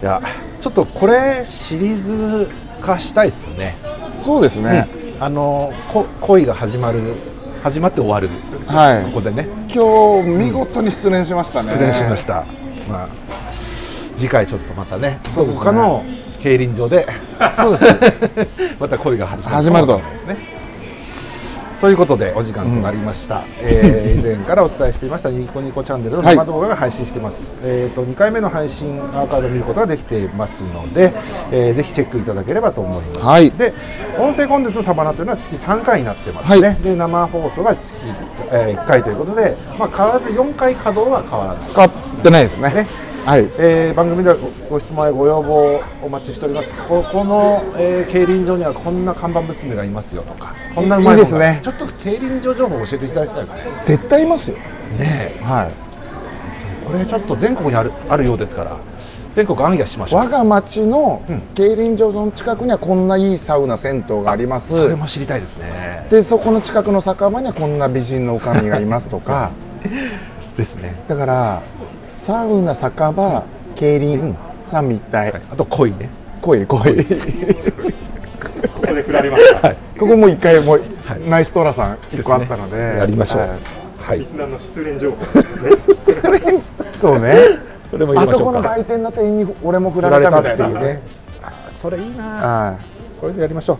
Speaker 1: いやちょっとこれシリーズ化したいですね
Speaker 2: そうですね、
Speaker 1: あのこ恋が始まる始まって終わる、
Speaker 2: はい
Speaker 1: ここでね
Speaker 2: 今日見事に失恋しましたね
Speaker 1: 失礼しました、まあ次回ちょっとまたね
Speaker 2: そう
Speaker 1: ど
Speaker 2: ですね
Speaker 1: こかの競輪場で
Speaker 2: そうですね
Speaker 1: [laughs] また恋が始まる
Speaker 2: 始まると
Speaker 1: かもしれないですねということでお時間となりました、えー以前からお伝えしていましたニコニコチャンネルの
Speaker 2: はい
Speaker 1: 生動画が配信してます、えー、と2回目の配信アーカイブを見ることができていますので、えーぜひチェックいただければと思います、
Speaker 2: はい
Speaker 1: で音声コンテンツのサバナというのは月3回になってますね、
Speaker 2: はい
Speaker 1: で生放送が月、え1回ということで、まあ、変わらず4回稼働は変わらない
Speaker 2: 買ってないですね
Speaker 1: ね
Speaker 2: はい
Speaker 1: えー番組ではごご質問やご要望をお待ちしておりますここの、えー競輪場にはこんな看板娘がいますよとかこんなうまいものが
Speaker 2: いいですね
Speaker 1: ちょっと競輪場情報を教えていただきたいですね
Speaker 2: 絶対いますよ
Speaker 1: ね
Speaker 2: はい
Speaker 1: これちょっと全国にあるあるようですから全国暗夜しましょ
Speaker 2: 我
Speaker 1: う
Speaker 2: が町の
Speaker 1: ん
Speaker 2: 競輪場の近くにはこんないいサウナ銭湯があります
Speaker 1: それも知りたいですね
Speaker 2: でそこの近くの酒場にはこんな美人のおかみがいますとか
Speaker 1: ですね
Speaker 2: だからサウナ酒場競輪三位一体
Speaker 1: あと恋ね
Speaker 2: 恋恋
Speaker 6: ここで振られました、
Speaker 2: ここも一回もう
Speaker 1: はい
Speaker 2: ナイストラさん一個あったので
Speaker 1: ですねやりましょう
Speaker 2: はい
Speaker 1: は
Speaker 6: [laughs] リ
Speaker 1: い
Speaker 6: スナーの失恋情報ですね
Speaker 2: そうね
Speaker 1: それも
Speaker 2: あそこの売店の店員に俺も振られたみたいなね
Speaker 1: あそれいいな
Speaker 2: はい
Speaker 1: それでやりましょう。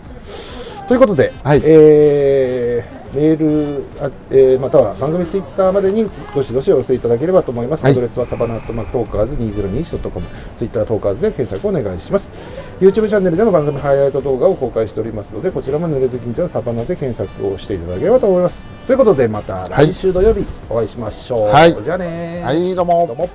Speaker 1: ということで、
Speaker 2: はい
Speaker 1: えーメールあ、えーまたは番組ツイッターまでにどしどしお寄せいただければと思います。
Speaker 2: はい
Speaker 1: アドレスはサバナットマークトーカーズ 2021.com、ツイッタートーカーズで検索お願いします。YouTube チャンネルでも番組ハイライト動画を公開しておりますので、こちらも濡れずきんちゃんサバナで検索をしていただければと思います。ということで、また来週土曜日お会いしましょう。
Speaker 2: はい
Speaker 1: じゃあねー
Speaker 2: はいど
Speaker 1: どう
Speaker 2: うも
Speaker 1: も